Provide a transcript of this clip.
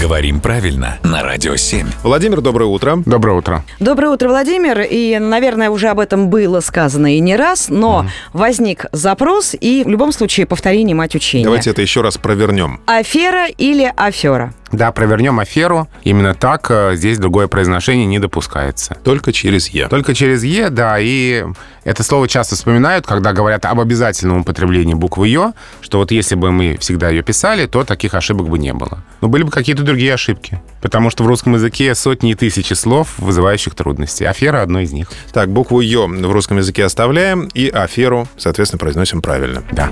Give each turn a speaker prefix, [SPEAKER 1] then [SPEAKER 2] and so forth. [SPEAKER 1] Говорим правильно на Радио 7.
[SPEAKER 2] Владимир, доброе утро.
[SPEAKER 3] Доброе утро.
[SPEAKER 4] Доброе утро, Владимир. И, наверное, уже об этом было сказано и не раз, но возник запрос, и в любом случае повторение мать учения.
[SPEAKER 2] Давайте это еще раз провернем.
[SPEAKER 4] Афера или афера?
[SPEAKER 3] Да, провернем аферу. Именно так э, здесь другое произношение не допускается.
[SPEAKER 2] Только через «е».
[SPEAKER 3] Только через «е», да, и это слово часто вспоминают, когда говорят об обязательном употреблении буквы «ё», что вот если бы мы всегда ее писали, то таких ошибок бы не было. Но были бы какие-то другие ошибки, потому что в русском языке сотни и тысячи слов, вызывающих трудности. Афера — одно из них.
[SPEAKER 2] Так, букву «ё» в русском языке оставляем и аферу, соответственно, произносим правильно.
[SPEAKER 3] Да.